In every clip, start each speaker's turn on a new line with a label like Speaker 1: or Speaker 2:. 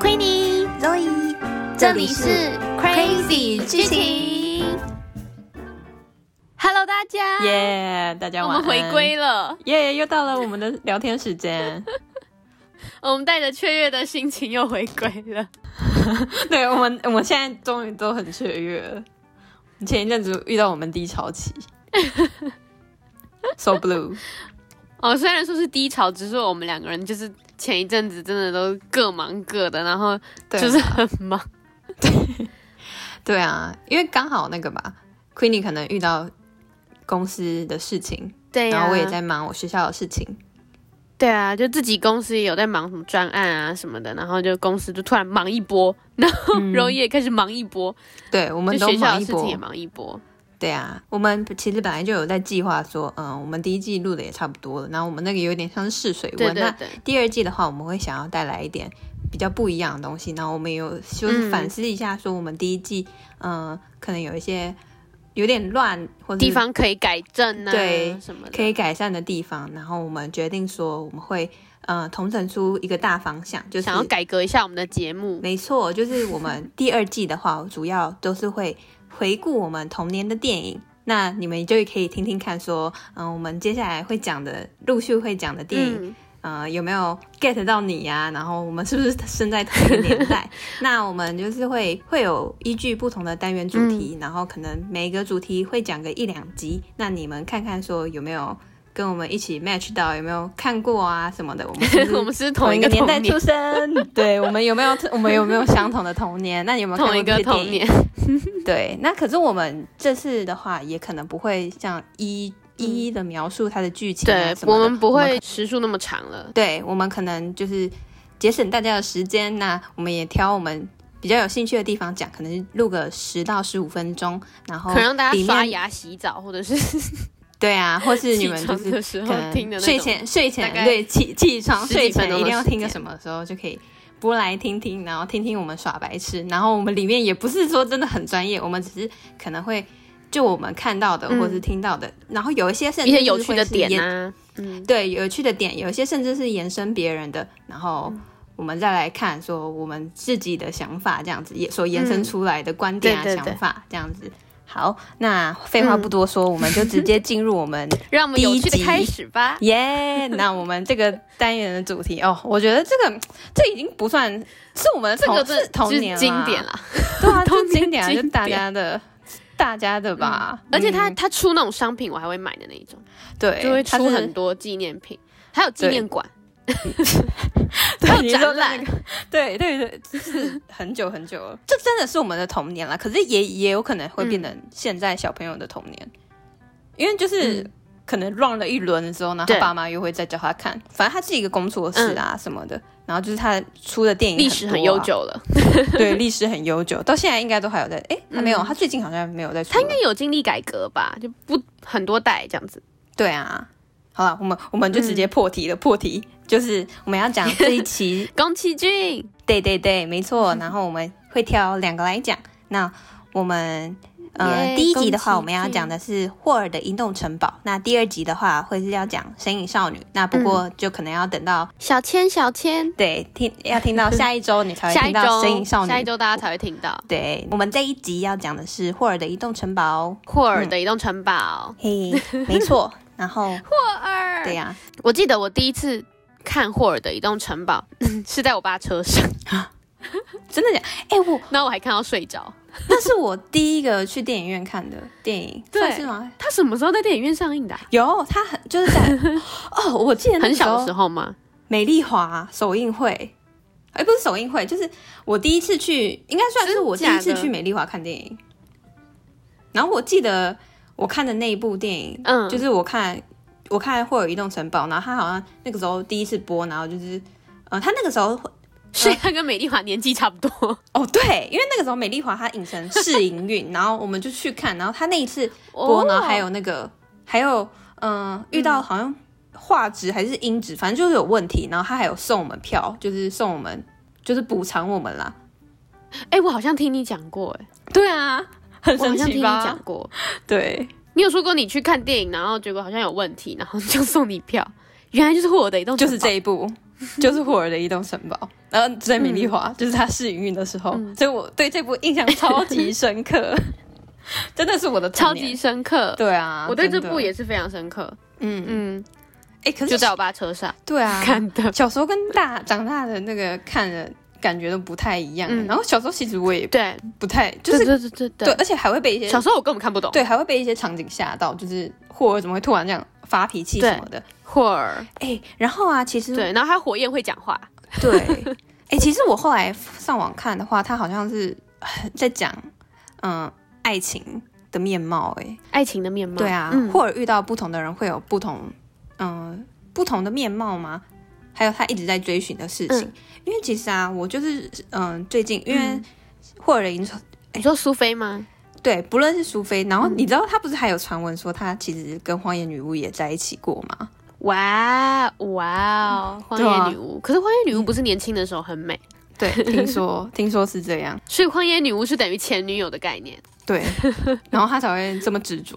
Speaker 1: Queenie，
Speaker 2: Zoe，
Speaker 1: 这里是 Crazy 剧情。Hello，大家，
Speaker 2: 耶大家
Speaker 1: 我
Speaker 2: 晚安。
Speaker 1: 们回归了，
Speaker 2: 耶又到了我们的聊天 时间。
Speaker 1: 我们带着雀跃的心情又回归了。
Speaker 2: 对我们，我们现在终于都很雀跃了。前一阵子遇到我们低 潮期，so blue。
Speaker 1: 哦，虽然说是低潮，只是我们两个人就是前一阵子真的都各忙各的，然后
Speaker 2: 对，
Speaker 1: 就是很忙。
Speaker 2: 对啊，因为刚好那个吧，Queenie 可能遇到公司的事情，
Speaker 1: 对啊
Speaker 2: 然后我也在忙我学校的事情。
Speaker 1: 对啊，就自己公司也有在忙什么专案啊什么的，然后就公司就突然忙一波，然后 柔也开始忙一波，
Speaker 2: 对，我们
Speaker 1: 就
Speaker 2: 都
Speaker 1: 学校
Speaker 2: 忙
Speaker 1: 的
Speaker 2: 一
Speaker 1: 事情也
Speaker 2: 波。
Speaker 1: 忙一波。
Speaker 2: 对啊，我们其实本来就有在计划说，嗯，我们第一季录的也差不多了，然后我们那个有点像是试水温。
Speaker 1: 对对
Speaker 2: 那
Speaker 1: 对，
Speaker 2: 第二季的话，我们会想要带来一点比较不一样的东西，然后我们也有就是
Speaker 1: 嗯
Speaker 2: 反思一下，说我们第一季，嗯、呃，可能有一些有点乱或者
Speaker 1: 地方可以改正啊，
Speaker 2: 嗯对
Speaker 1: 什么的
Speaker 2: 可以改善的地方，然后我们决定说我们会呃统整出一个大方向，就是
Speaker 1: 想要改革一下我们的节目。
Speaker 2: 没错，就是我们第二季的话，主要都是会回顾我们童年的电影。那你们就可以听听看，说，嗯、我们接下来会讲的，陆续会讲的电影，
Speaker 1: 嗯，
Speaker 2: 呃，有没有 get 到你呀、然后我们是不是生在同一个年 代？那我们就是会会有依据不同的单元主题，
Speaker 1: 嗯
Speaker 2: 然后可能每一个主题会讲个一两集。那你们看看说有没有跟我们一起 match 到，有没有看过啊什么的？我们是
Speaker 1: 我
Speaker 2: 不
Speaker 1: 们
Speaker 2: 是
Speaker 1: 是
Speaker 2: 同
Speaker 1: 同
Speaker 2: 一
Speaker 1: 一
Speaker 2: 个
Speaker 1: 个
Speaker 2: 年代
Speaker 1: 童年
Speaker 2: 出生？对，我们有没有我们有没有相同的童年？那你有没有看过
Speaker 1: 同一
Speaker 2: 这
Speaker 1: 个
Speaker 2: 些电
Speaker 1: 童
Speaker 2: 影
Speaker 1: 年，
Speaker 2: 对，那可是我们这次的话，也可能不会像一一一的描述它的剧情、啊
Speaker 1: 嗯对
Speaker 2: 什么的
Speaker 1: 我们不
Speaker 2: 可
Speaker 1: 会时数那么长了。
Speaker 2: 对我们可能就是节省大家的时间，那我们也挑我们比较有兴趣的地方讲，可能录个十到十五分钟，然后
Speaker 1: 可能让大
Speaker 2: 哦里
Speaker 1: 家
Speaker 2: 面
Speaker 1: 刷牙、洗澡，或者是
Speaker 2: 对啊，或是你
Speaker 1: 起
Speaker 2: 们就
Speaker 1: 床
Speaker 2: 是
Speaker 1: 的时候
Speaker 2: 可能
Speaker 1: 听的那
Speaker 2: 睡
Speaker 1: 种。
Speaker 2: 前睡前
Speaker 1: 大概
Speaker 2: 对起起床
Speaker 1: 十几
Speaker 2: 睡前
Speaker 1: 分钟
Speaker 2: 一
Speaker 1: 的
Speaker 2: 定要听个
Speaker 1: 时间
Speaker 2: 什么时候就可以播来听听，然后听听我们耍白痴，然后我们里面也不是说真的很专业，我们只是可能会就我们看到的
Speaker 1: 嗯
Speaker 2: 或是听到的，然后有一些甚至
Speaker 1: 一些有
Speaker 2: 是
Speaker 1: 趣
Speaker 2: 会
Speaker 1: 的
Speaker 2: 是
Speaker 1: 点
Speaker 2: 延
Speaker 1: 啊，嗯，
Speaker 2: 对有趣的点，有些甚至是延伸别人的，然后我们再来看说我们自己的想法这样子，也所延伸出来的观点啊、
Speaker 1: 对对对
Speaker 2: 想法这样子。嗯好，那废话不多说，我们就直接进入我 们
Speaker 1: 让我们有
Speaker 2: 第一
Speaker 1: 趣的
Speaker 2: 集
Speaker 1: 开始吧。
Speaker 2: 耶。那我们这个单元的主题哦，我觉得这个这已经不算是我们的
Speaker 1: 这
Speaker 2: 童
Speaker 1: 个
Speaker 2: 是童
Speaker 1: 是
Speaker 2: 年啊啦
Speaker 1: 经典，啦，
Speaker 2: 对 啊，
Speaker 1: 童
Speaker 2: 就
Speaker 1: 年
Speaker 2: 经典啊，就
Speaker 1: 经
Speaker 2: 大
Speaker 1: 典
Speaker 2: 家的大家的吧。
Speaker 1: 而且它
Speaker 2: 嗯
Speaker 1: 它出那种商品，我还会买的那一种，
Speaker 2: 对
Speaker 1: 就会
Speaker 2: 它
Speaker 1: 出
Speaker 2: 是
Speaker 1: 很多纪念品，还有纪念馆，
Speaker 2: 对
Speaker 1: 还有
Speaker 2: 你说
Speaker 1: 展
Speaker 2: 在那
Speaker 1: 览
Speaker 2: 个。对对对，就是很久很久 了，这嗯真的是我们的童年啦。可是也也有可能会变成现在小朋友的童年，因为就是。
Speaker 1: 嗯
Speaker 2: 可能乱了一轮之后，然后
Speaker 1: 对
Speaker 2: 爸妈又会再叫他看，反正他是一个工作室啊什么的，然后就是他出的电影
Speaker 1: 历史
Speaker 2: 很
Speaker 1: 很
Speaker 2: 多啊
Speaker 1: 悠，久了，
Speaker 2: 对，历史很悠久，到现在应该都还有在。哎，他没有，他最近好像没有在出了。
Speaker 1: 它应该有经历改革吧，就不很多代这样子。
Speaker 2: 对啊，好了，我们我们就直接破题了。破题就是我们要讲这一期
Speaker 1: 宫崎骏，
Speaker 2: 对对对，没 错。然后我们会挑两个来讲。那我们呃
Speaker 1: 耶
Speaker 2: 第一集的
Speaker 1: 宫崎
Speaker 2: 话，
Speaker 1: 骏
Speaker 2: 我们要讲的是霍尔的移动城堡。那第二集的话，会是要讲神隐少女。那不
Speaker 1: 嗯
Speaker 2: 过就可能要等到、
Speaker 1: 小千小千，
Speaker 2: 对听要听到下一周你才会
Speaker 1: 下
Speaker 2: 听
Speaker 1: 一
Speaker 2: 到神
Speaker 1: 周
Speaker 2: 隐少
Speaker 1: 下一
Speaker 2: 女。
Speaker 1: 周大家才会听到
Speaker 2: 对，我们这一集要讲的是霍尔的移动城堡。
Speaker 1: 霍尔的移动城堡。
Speaker 2: 嘿，没错。然后
Speaker 1: 霍尔，
Speaker 2: 对呀、
Speaker 1: 我记得我第一次看霍尔的移动城堡 是在我爸车上，
Speaker 2: 真的假？哎、我
Speaker 1: 那我还看到睡着。
Speaker 2: 那是我第一个去电影院看的电影，
Speaker 1: 对
Speaker 2: 算是吗？
Speaker 1: 他什么时候在电影院上映的啊、
Speaker 2: 有，他很就 是在哦，我记得那
Speaker 1: 很
Speaker 2: 个时
Speaker 1: 小
Speaker 2: 候
Speaker 1: 的时候吗？
Speaker 2: 美丽华首映会，哎，不是首映会，就是我第一次去，应该算是我第一
Speaker 1: 真
Speaker 2: 次
Speaker 1: 假的
Speaker 2: 去美丽华看电影。然后我记得我看的那一部电影，
Speaker 1: 嗯，
Speaker 2: 就是我看我看《霍尔移动城堡》，然后他好像那个时候第一次播，然后就是，呃，他那个时候
Speaker 1: 所以他跟美丽华年纪差不多。
Speaker 2: 哦对，因为那个时候美丽华它影城试营运， 然后我们就去看，然后他那一次播，然后
Speaker 1: 哦
Speaker 2: 还有那个还有嗯、呃遇到好像画质还是音质，反正就是有问题，然后他还有送我们票，就是送我们就是补偿我们啦。
Speaker 1: 哎、我好像听你讲过、哎，
Speaker 2: 对啊，很
Speaker 1: 我好
Speaker 2: 神
Speaker 1: 像听
Speaker 2: 奇
Speaker 1: 你
Speaker 2: 吧
Speaker 1: 讲？过，
Speaker 2: 对，
Speaker 1: 你有说过你去 看电影，然后结果好像有问题，然后就送你票，原来就是霍尔的移动城
Speaker 2: 就
Speaker 1: 堡
Speaker 2: 是这一部。就是霍尔的移动城堡，然后在米丽
Speaker 1: 嗯
Speaker 2: 华，就是他试营运的时候，所以我对这部印象超 级深刻，真的是我的
Speaker 1: 超
Speaker 2: 童年
Speaker 1: 级深刻。
Speaker 2: 对啊，
Speaker 1: 我对这
Speaker 2: 真的
Speaker 1: 部也是非常深刻。
Speaker 2: 嗯
Speaker 1: 嗯，
Speaker 2: 哎、可
Speaker 1: 就是在我爸车上
Speaker 2: 对啊，
Speaker 1: 看的。
Speaker 2: 小时候跟大长大的那个看的感觉都不太一样，欸
Speaker 1: 嗯
Speaker 2: 然后小时候其实我也
Speaker 1: 对，
Speaker 2: 不太就是
Speaker 1: 对对对
Speaker 2: 对，
Speaker 1: 对
Speaker 2: 而且还会被一些
Speaker 1: 小时候我根本看不懂。
Speaker 2: 对，还会被一些场景吓到，就是霍尔怎么会突然这样发脾气
Speaker 1: 对
Speaker 2: 什么的。
Speaker 1: 霍尔，
Speaker 2: 哎、然后啊，其实
Speaker 1: 对，然后他火焰会讲话。
Speaker 2: 对，哎、其实我后来上网看的话，他好像是呃在讲嗯、爱情的面貌、哎，
Speaker 1: 爱情的面貌，
Speaker 2: 对啊，
Speaker 1: 嗯，
Speaker 2: 霍尔遇到不同的人会有不同嗯、不同的面貌吗？还有他一直在追寻的事情，
Speaker 1: 嗯
Speaker 2: 因为其实啊，我就是嗯、最近因为
Speaker 1: 嗯
Speaker 2: 霍尔的影
Speaker 1: 你说苏菲吗？
Speaker 2: 对，不论是苏菲，然后你知道他不是还有传闻说他其实跟荒野女巫也在一起过吗？
Speaker 1: 哇哇哦，荒
Speaker 2: 对啊
Speaker 1: 野女巫。可是荒野女巫不是年轻的时候很美，
Speaker 2: 对，听说听说是这样，
Speaker 1: 嗯所以荒野女巫是等于前女友的概念。
Speaker 2: 对，然后他才会这么执着，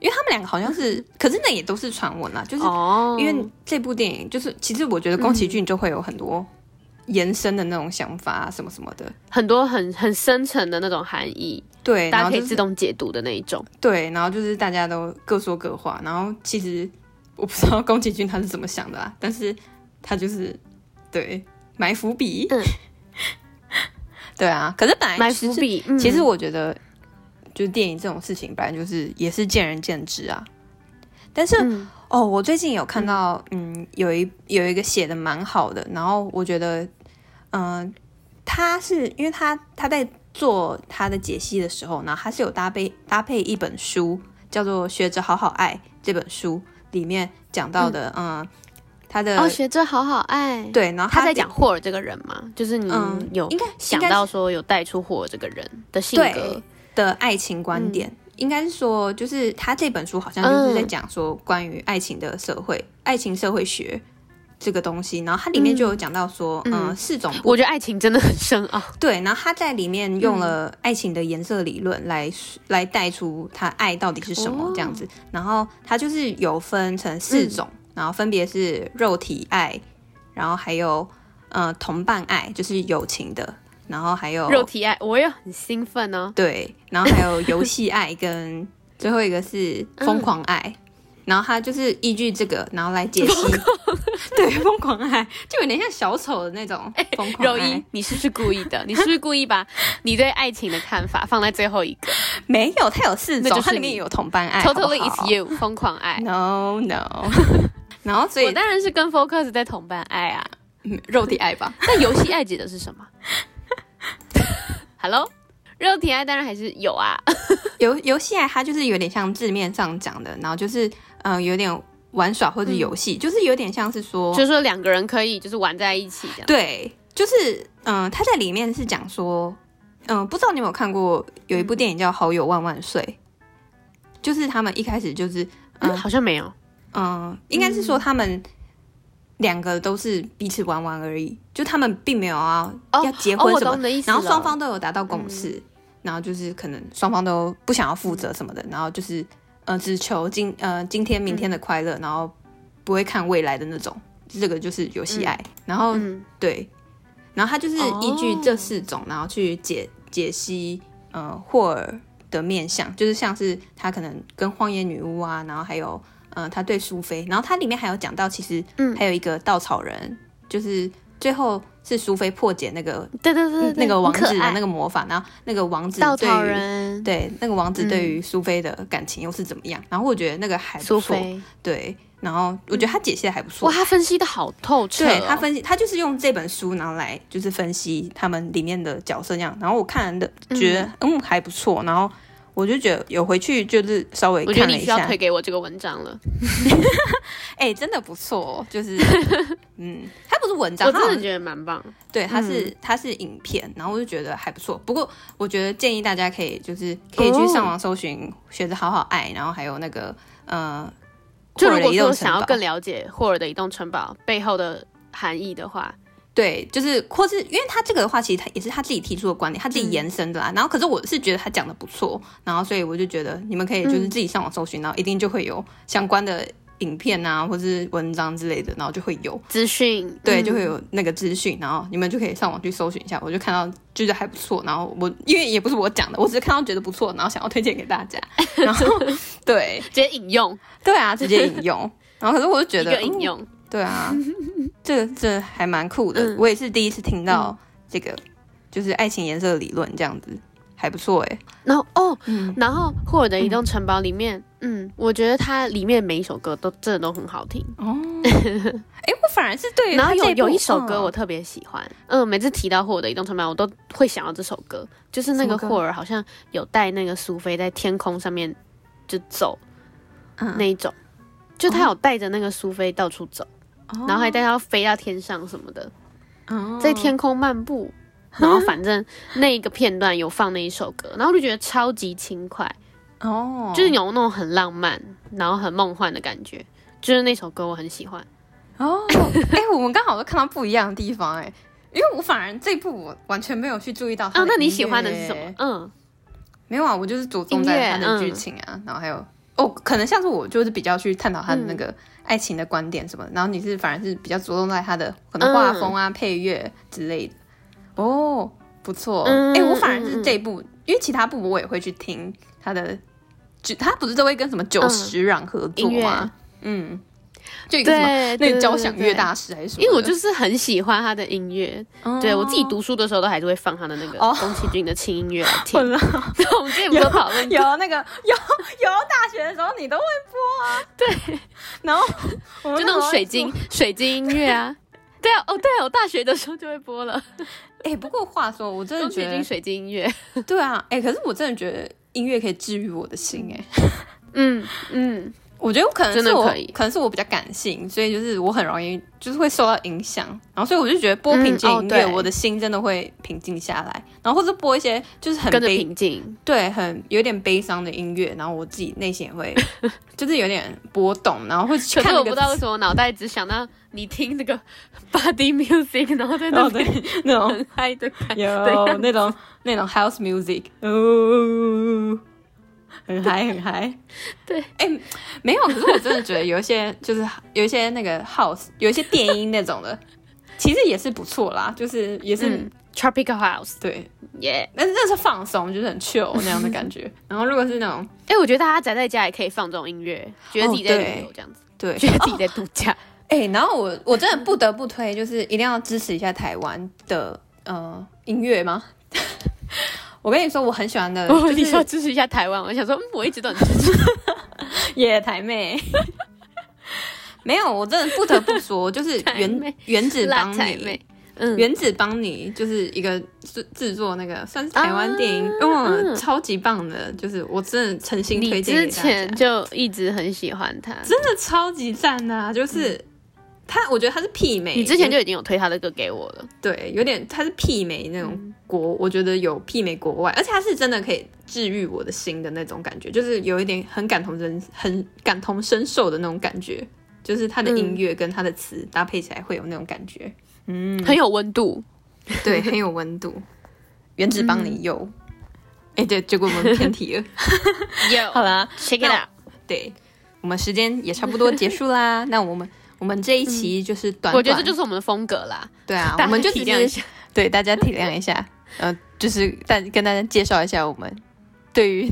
Speaker 2: 因为他们两个好像是，可是那也都是传闻啦，就是
Speaker 1: 哦，
Speaker 2: 因为这部电影就是，其实我觉得宫崎骏就会有很多延伸的那种想法啊什么什么的，
Speaker 1: 很多很很深层的那种含义，
Speaker 2: 对，
Speaker 1: 大家
Speaker 2: 然后
Speaker 1: 可以
Speaker 2: 就
Speaker 1: 自
Speaker 2: 是
Speaker 1: 动解读的那一种。
Speaker 2: 对，然后就是大家都各说各话，然后其实我不知道宫崎骏他是怎么想的啦，但是他就是对埋伏笔，
Speaker 1: 嗯
Speaker 2: 对啊，可是本来
Speaker 1: 埋
Speaker 2: 其
Speaker 1: 伏
Speaker 2: 实
Speaker 1: 笔，嗯
Speaker 2: 其实我觉得，就是电影这种事情，本来就是也是见仁见智啊。但是、
Speaker 1: 嗯
Speaker 2: 哦，我最近有看到，嗯，有一有一个写的蛮好的，然后我觉得，嗯、他是因为他他在做他的解析的时候呢，他是有搭配搭配一本书，叫做《学着好好爱》这本书里面讲到的，嗯、他的、
Speaker 1: 哦，学着好好爱。，
Speaker 2: 嗯对，然后
Speaker 1: 他在
Speaker 2: 讲。
Speaker 1: 讲霍尔这个人嘛，就是你
Speaker 2: 嗯
Speaker 1: 有
Speaker 2: 应该
Speaker 1: 想
Speaker 2: 应该是
Speaker 1: 到说有带出霍尔这个人的性格嗯
Speaker 2: 对，的爱情观点，应该是说，就是他这本书好像就是在讲说关于爱情的社会、爱情社会学这个东西，然后它里面就有讲到说，嗯，
Speaker 1: 嗯
Speaker 2: 四种不
Speaker 1: 我觉得爱情真的很深奥。
Speaker 2: 对，然后他在里面
Speaker 1: 嗯
Speaker 2: 用了爱情的颜色理论来、来带出他爱到底是什么
Speaker 1: 哦嗯
Speaker 2: 这样子，然后它就是有分成四种，然后分别是肉体爱，然后还有呃同伴爱，就是友情的，然后还有
Speaker 1: 肉体爱，我也很兴奋哦。
Speaker 2: 对，然后还有游戏爱跟最后一个是
Speaker 1: 嗯
Speaker 2: 疯狂爱，然后他就是依据这个，然后来解析，对，疯狂爱就有点像小丑的那种疯狂
Speaker 1: 哎柔
Speaker 2: 爱，
Speaker 1: 一，你是不是故意的？你是不是故意把你对爱情的看法放在最后一个
Speaker 2: 没有，它有四
Speaker 1: 那就
Speaker 2: 种，
Speaker 1: 是
Speaker 2: 它里面
Speaker 1: 你
Speaker 2: 有同伴爱
Speaker 1: ？Totally
Speaker 2: 好不好嗯
Speaker 1: it's you，疯狂爱。
Speaker 2: no no，然 后所
Speaker 1: 我
Speaker 2: 以
Speaker 1: 当然是跟 Focus 在同伴爱啊。
Speaker 2: 嗯肉体爱吧，
Speaker 1: 那游戏爱指的是什么？Hello，肉体爱当然还是有啊。
Speaker 2: 游游戏爱它就是有点像字面上讲的，然后就是嗯、呃有点玩耍或者游戏，就是有点像是说
Speaker 1: 嗯就是说两个人可以就是玩在一起这样。
Speaker 2: 对，就是嗯、呃他在里面是讲说，嗯、不知道你有没有看过有一部电影叫《好友万万岁》，就是他们一开始就是嗯
Speaker 1: 嗯，好像没有。
Speaker 2: 嗯、呃应该是说他们两个都是彼此玩玩而已，就他们并没有啊、
Speaker 1: 哦
Speaker 2: 要结
Speaker 1: 哦，
Speaker 2: 婚
Speaker 1: 我
Speaker 2: 什么
Speaker 1: 懂你的意思了。嗯
Speaker 2: 然后双方都有达到共识，然后就是可能双方都不想要负责什么
Speaker 1: 嗯
Speaker 2: 的，然后就是呃只求今呃今天明天的快乐，然后不会看未来的那种，这个就是游戏爱。然后、
Speaker 1: 嗯
Speaker 2: 对，然后他就是依据
Speaker 1: 哦
Speaker 2: 这四种，然后去解解析呃霍尔的面相，就是像是他可能跟荒野女巫啊，然后还有呃他对苏菲，然后它里面还有讲到其实
Speaker 1: 嗯
Speaker 2: 还有一个稻草人，就是最后是苏菲破解那个
Speaker 1: 对对对对对
Speaker 2: 嗯那个王
Speaker 1: 很可
Speaker 2: 子的
Speaker 1: 爱
Speaker 2: 那个魔法，然后那个王子
Speaker 1: 稻
Speaker 2: 对
Speaker 1: 草
Speaker 2: 于
Speaker 1: 人嗯
Speaker 2: 对那个王子对于苏菲的感情又是怎么样？然后我觉得那个还
Speaker 1: 苏
Speaker 2: 不错，
Speaker 1: 菲，
Speaker 2: 对，然后我觉得他解析的还不错
Speaker 1: 哇，。他分析的好透彻哦。
Speaker 2: 对他分析，他就是用这本书然后来就是分析他们里面的角色那样，然后我看的觉得嗯还不错，然后我就觉得有回去就是稍微
Speaker 1: 我觉得
Speaker 2: 看了
Speaker 1: 你
Speaker 2: 一
Speaker 1: 需要
Speaker 2: 下
Speaker 1: 推，给我这个文章了。
Speaker 2: 哎、真的不错、哦，就是 嗯，它不是文章，
Speaker 1: 我
Speaker 2: 它
Speaker 1: 真
Speaker 2: 好像
Speaker 1: 的觉得嗯蛮棒。
Speaker 2: 对，它是、它是影片，然后我就觉得还不错。不过我觉得建议大家可以就是可以去
Speaker 1: 哦
Speaker 2: 上网搜寻“学着好好爱”，然后还有那个呃，
Speaker 1: 就
Speaker 2: 霍
Speaker 1: 如
Speaker 2: 尔的
Speaker 1: 果
Speaker 2: 移
Speaker 1: 说
Speaker 2: 动
Speaker 1: 想
Speaker 2: 城
Speaker 1: 要
Speaker 2: 堡，
Speaker 1: 更了解霍尔的移动城堡背后的含义的话，
Speaker 2: 对，就是或是因为他这个的话，其实他也是他自己提出的观点，他自己
Speaker 1: 嗯
Speaker 2: 延伸的啦。然后可是我是觉得他
Speaker 1: 嗯
Speaker 2: 讲的不错，然后所以我就觉得你们可以就是自己上网搜寻，然后一定就会有相关的影片啊，或是文章之类的，然后就会有，
Speaker 1: 资讯
Speaker 2: 对，
Speaker 1: 嗯
Speaker 2: 就会有那个资讯，然后你们就可以上网去搜寻一下，我就看到觉得还不错，然后我因为也不是我讲的，我只是看到觉得不错，然后想要推荐给大家，然后对
Speaker 1: 直接引用
Speaker 2: 对啊，直接引用，然后可是我就觉
Speaker 1: 一
Speaker 2: 得
Speaker 1: 个引
Speaker 2: 嗯
Speaker 1: 用，
Speaker 2: 对 啊，这这还蛮酷的。
Speaker 1: 嗯
Speaker 2: 我也是第一次听到这个，就是爱情颜色理论这样子，还不错哎、
Speaker 1: 然后哦，
Speaker 2: 嗯，
Speaker 1: 然后霍尔的移动城堡里面，嗯，我觉得它里面每一首歌都真的都很好听。
Speaker 2: 哦，哎、我反而是对，
Speaker 1: 然后有有一首歌
Speaker 2: 哦
Speaker 1: 我，特别喜欢，嗯，每次提到霍尔的移动城堡，我都会想到这首歌，就是那个
Speaker 2: 什么歌
Speaker 1: 霍尔好像有带那个苏菲在天空上面就走
Speaker 2: 嗯
Speaker 1: 那一种，就他有带着那个苏菲到处走，
Speaker 2: 哦
Speaker 1: 然后还带她飞到天上什么的，
Speaker 2: 哦
Speaker 1: 在天空漫步。然后反 正那一个片段有放那一首歌，然后我就觉得超级轻快，
Speaker 2: 哦，
Speaker 1: 就是有那种很浪漫，然后很梦幻的感觉。就是那首歌我很喜欢，
Speaker 2: 哦，哎、我们刚好都看到不一样的地方哎、因为我反而这部我完全没有去注意到它
Speaker 1: 啊，
Speaker 2: 的
Speaker 1: 那你
Speaker 2: 音乐
Speaker 1: 喜欢的是什么
Speaker 2: 欸？？
Speaker 1: 嗯，
Speaker 2: 没有啊，我就是着重
Speaker 1: 音乐
Speaker 2: 在它的
Speaker 1: 嗯
Speaker 2: 剧情啊，然后还有哦，可能像是我就是比较去探讨他的那
Speaker 1: 嗯
Speaker 2: 个爱情的观点什么的，然后你是反而是比较着重在他的可能画风啊、配乐之类的。哦，不错，哎、
Speaker 1: 嗯
Speaker 2: 我反而
Speaker 1: 嗯
Speaker 2: 是
Speaker 1: 嗯
Speaker 2: 这一部，因为其他部我也会去听他的，就他不是都会跟什么九十嚷合作
Speaker 1: 嗯音乐
Speaker 2: 吗？嗯，就有一个什么
Speaker 1: 对，
Speaker 2: 那
Speaker 1: 对
Speaker 2: 个交响乐，大
Speaker 1: 对
Speaker 2: 师还是什
Speaker 1: 对对
Speaker 2: 么的？
Speaker 1: 因为我就是很喜欢他的音乐，
Speaker 2: 哦
Speaker 1: 对我自己读书的时候都还是会放他的那个
Speaker 2: 哦
Speaker 1: 宫崎骏的轻音乐来啊 听。
Speaker 2: 混了。
Speaker 1: 对，我们之前不是有讨 论过，
Speaker 2: 有那个有有大学的时候你都会 播啊，对，然后我们
Speaker 1: 就那
Speaker 2: 时
Speaker 1: 种
Speaker 2: 候
Speaker 1: 水晶水晶音乐啊。 对啊，哦，对啊，我大学的时候就会播了
Speaker 2: 哎、不过话说，我真
Speaker 1: 宫
Speaker 2: 的
Speaker 1: 崎
Speaker 2: 觉
Speaker 1: 骏
Speaker 2: 得
Speaker 1: 水晶音乐。
Speaker 2: 对啊，哎、可是我真的觉得音乐可以治愈我的心哎、
Speaker 1: 嗯嗯，
Speaker 2: 我觉得我可能
Speaker 1: 真的
Speaker 2: 是我
Speaker 1: 可以
Speaker 2: 能是我比较感性，所以就是我很容易就是会受到影响，然后所以我就觉得播平静
Speaker 1: 嗯哦
Speaker 2: 音乐，
Speaker 1: 对
Speaker 2: 我的心真的会平静下来，然后或者播一些就是很
Speaker 1: 跟 着
Speaker 2: 悲
Speaker 1: 平静。
Speaker 2: 对很有点悲伤的音乐，然后我自己内心也 会就是有点波动，然后会去
Speaker 1: 可
Speaker 2: 看
Speaker 1: 是
Speaker 2: 那
Speaker 1: 我
Speaker 2: 个
Speaker 1: 不知道 为什么我脑袋只想到你听那个 body music，然后在那
Speaker 2: 哦
Speaker 1: 边
Speaker 2: 对 那种
Speaker 1: 很嗨的 感觉。
Speaker 2: 有那种那种 house music，哦，很嗨很嗨。
Speaker 1: 对，
Speaker 2: 哎、没有，可是我真的觉得有一些就是 有一些那个 house，有一些电音那 种的，其实也是不错啦，就是也是、
Speaker 1: 嗯，Tropical House，
Speaker 2: 对，
Speaker 1: 耶！
Speaker 2: 但是那是放松，就是很 chill 那样的感 觉。然后如果是那种
Speaker 1: 哎，我觉得大家宅在家也可以放这种音乐，觉得自己在旅游这样子，
Speaker 2: 对，
Speaker 1: 觉得自己在度假。
Speaker 2: 哎、然后我我真的不得不推，就是一定要支持一下台湾的呃音乐吗？ 我跟你说，我很喜欢的，
Speaker 1: 我
Speaker 2: 就
Speaker 1: 你
Speaker 2: 是
Speaker 1: 说支持一下台湾，我想说，嗯，我一直都很支持。
Speaker 2: 也台妹。 没有，我真的不得不说，就是
Speaker 1: 台
Speaker 2: 原
Speaker 1: 妹
Speaker 2: 原子
Speaker 1: 辣
Speaker 2: 帮
Speaker 1: 台
Speaker 2: 你，
Speaker 1: 妹，嗯，
Speaker 2: 原子帮你就是一个制制作那个算是台湾电影，嗯，超级棒的，就是我真的诚心推
Speaker 1: 啊你
Speaker 2: 荐给
Speaker 1: 之
Speaker 2: 大家
Speaker 1: 前，就一直很喜欢他，
Speaker 2: 真的超级赞的、啊，就是。他，我觉得他是媲美。
Speaker 1: 嗯你之前就已经有推他的歌给我了，
Speaker 2: 对，有点他是媲美那种国，我觉得有媲美国外，而且他是真的可以治愈我的心的那种感觉，就是有一点很感同身很感同身受的那种感觉，就是他的音乐跟他的词搭配起来会有那种感觉，嗯，
Speaker 1: 很有温度。
Speaker 2: 对，很有温度。 嗯原子帮你有，哎、对，结果我们偏题了。
Speaker 1: 有
Speaker 2: 好啦，
Speaker 1: ，check it
Speaker 2: 那
Speaker 1: out。
Speaker 2: 对，我们时间也差不多结束啦。 那我们我们这一期就是短短，
Speaker 1: 我觉得这就是我们的风格啦，
Speaker 2: 对啊，
Speaker 1: 大
Speaker 2: 我
Speaker 1: 家
Speaker 2: 们就
Speaker 1: 体
Speaker 2: 只
Speaker 1: 谅一
Speaker 2: 是
Speaker 1: 下。
Speaker 2: 对大家体谅一下，呃，就是大跟大家介绍一下我们对于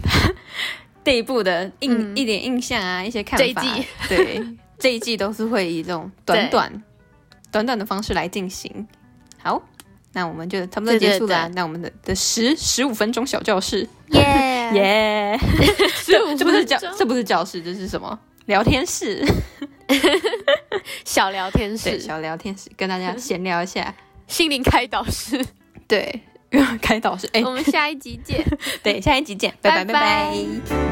Speaker 2: 这一部的印、
Speaker 1: 嗯
Speaker 2: 一点印象啊，一些看
Speaker 1: 这一
Speaker 2: 法
Speaker 1: 季，
Speaker 2: 对这一季都是会以这种短 短短短的方式来进行。好，那我们就差不多
Speaker 1: 对对
Speaker 2: 结束了啊、
Speaker 1: 对
Speaker 2: 那我们的的十十五分钟小教室，
Speaker 1: 耶
Speaker 2: 耶、
Speaker 1: 这
Speaker 2: 这不是教这不是教室，这是什么？聊天室，
Speaker 1: 小聊天
Speaker 2: 对，
Speaker 1: 室、
Speaker 2: 小聊天室，跟大家闲聊一下。
Speaker 1: 心灵开导室。
Speaker 2: 对，开导室，哎、
Speaker 1: 我们下一集见。
Speaker 2: 对，下一集见，拜
Speaker 1: 拜
Speaker 2: 拜拜
Speaker 1: 拜
Speaker 2: 拜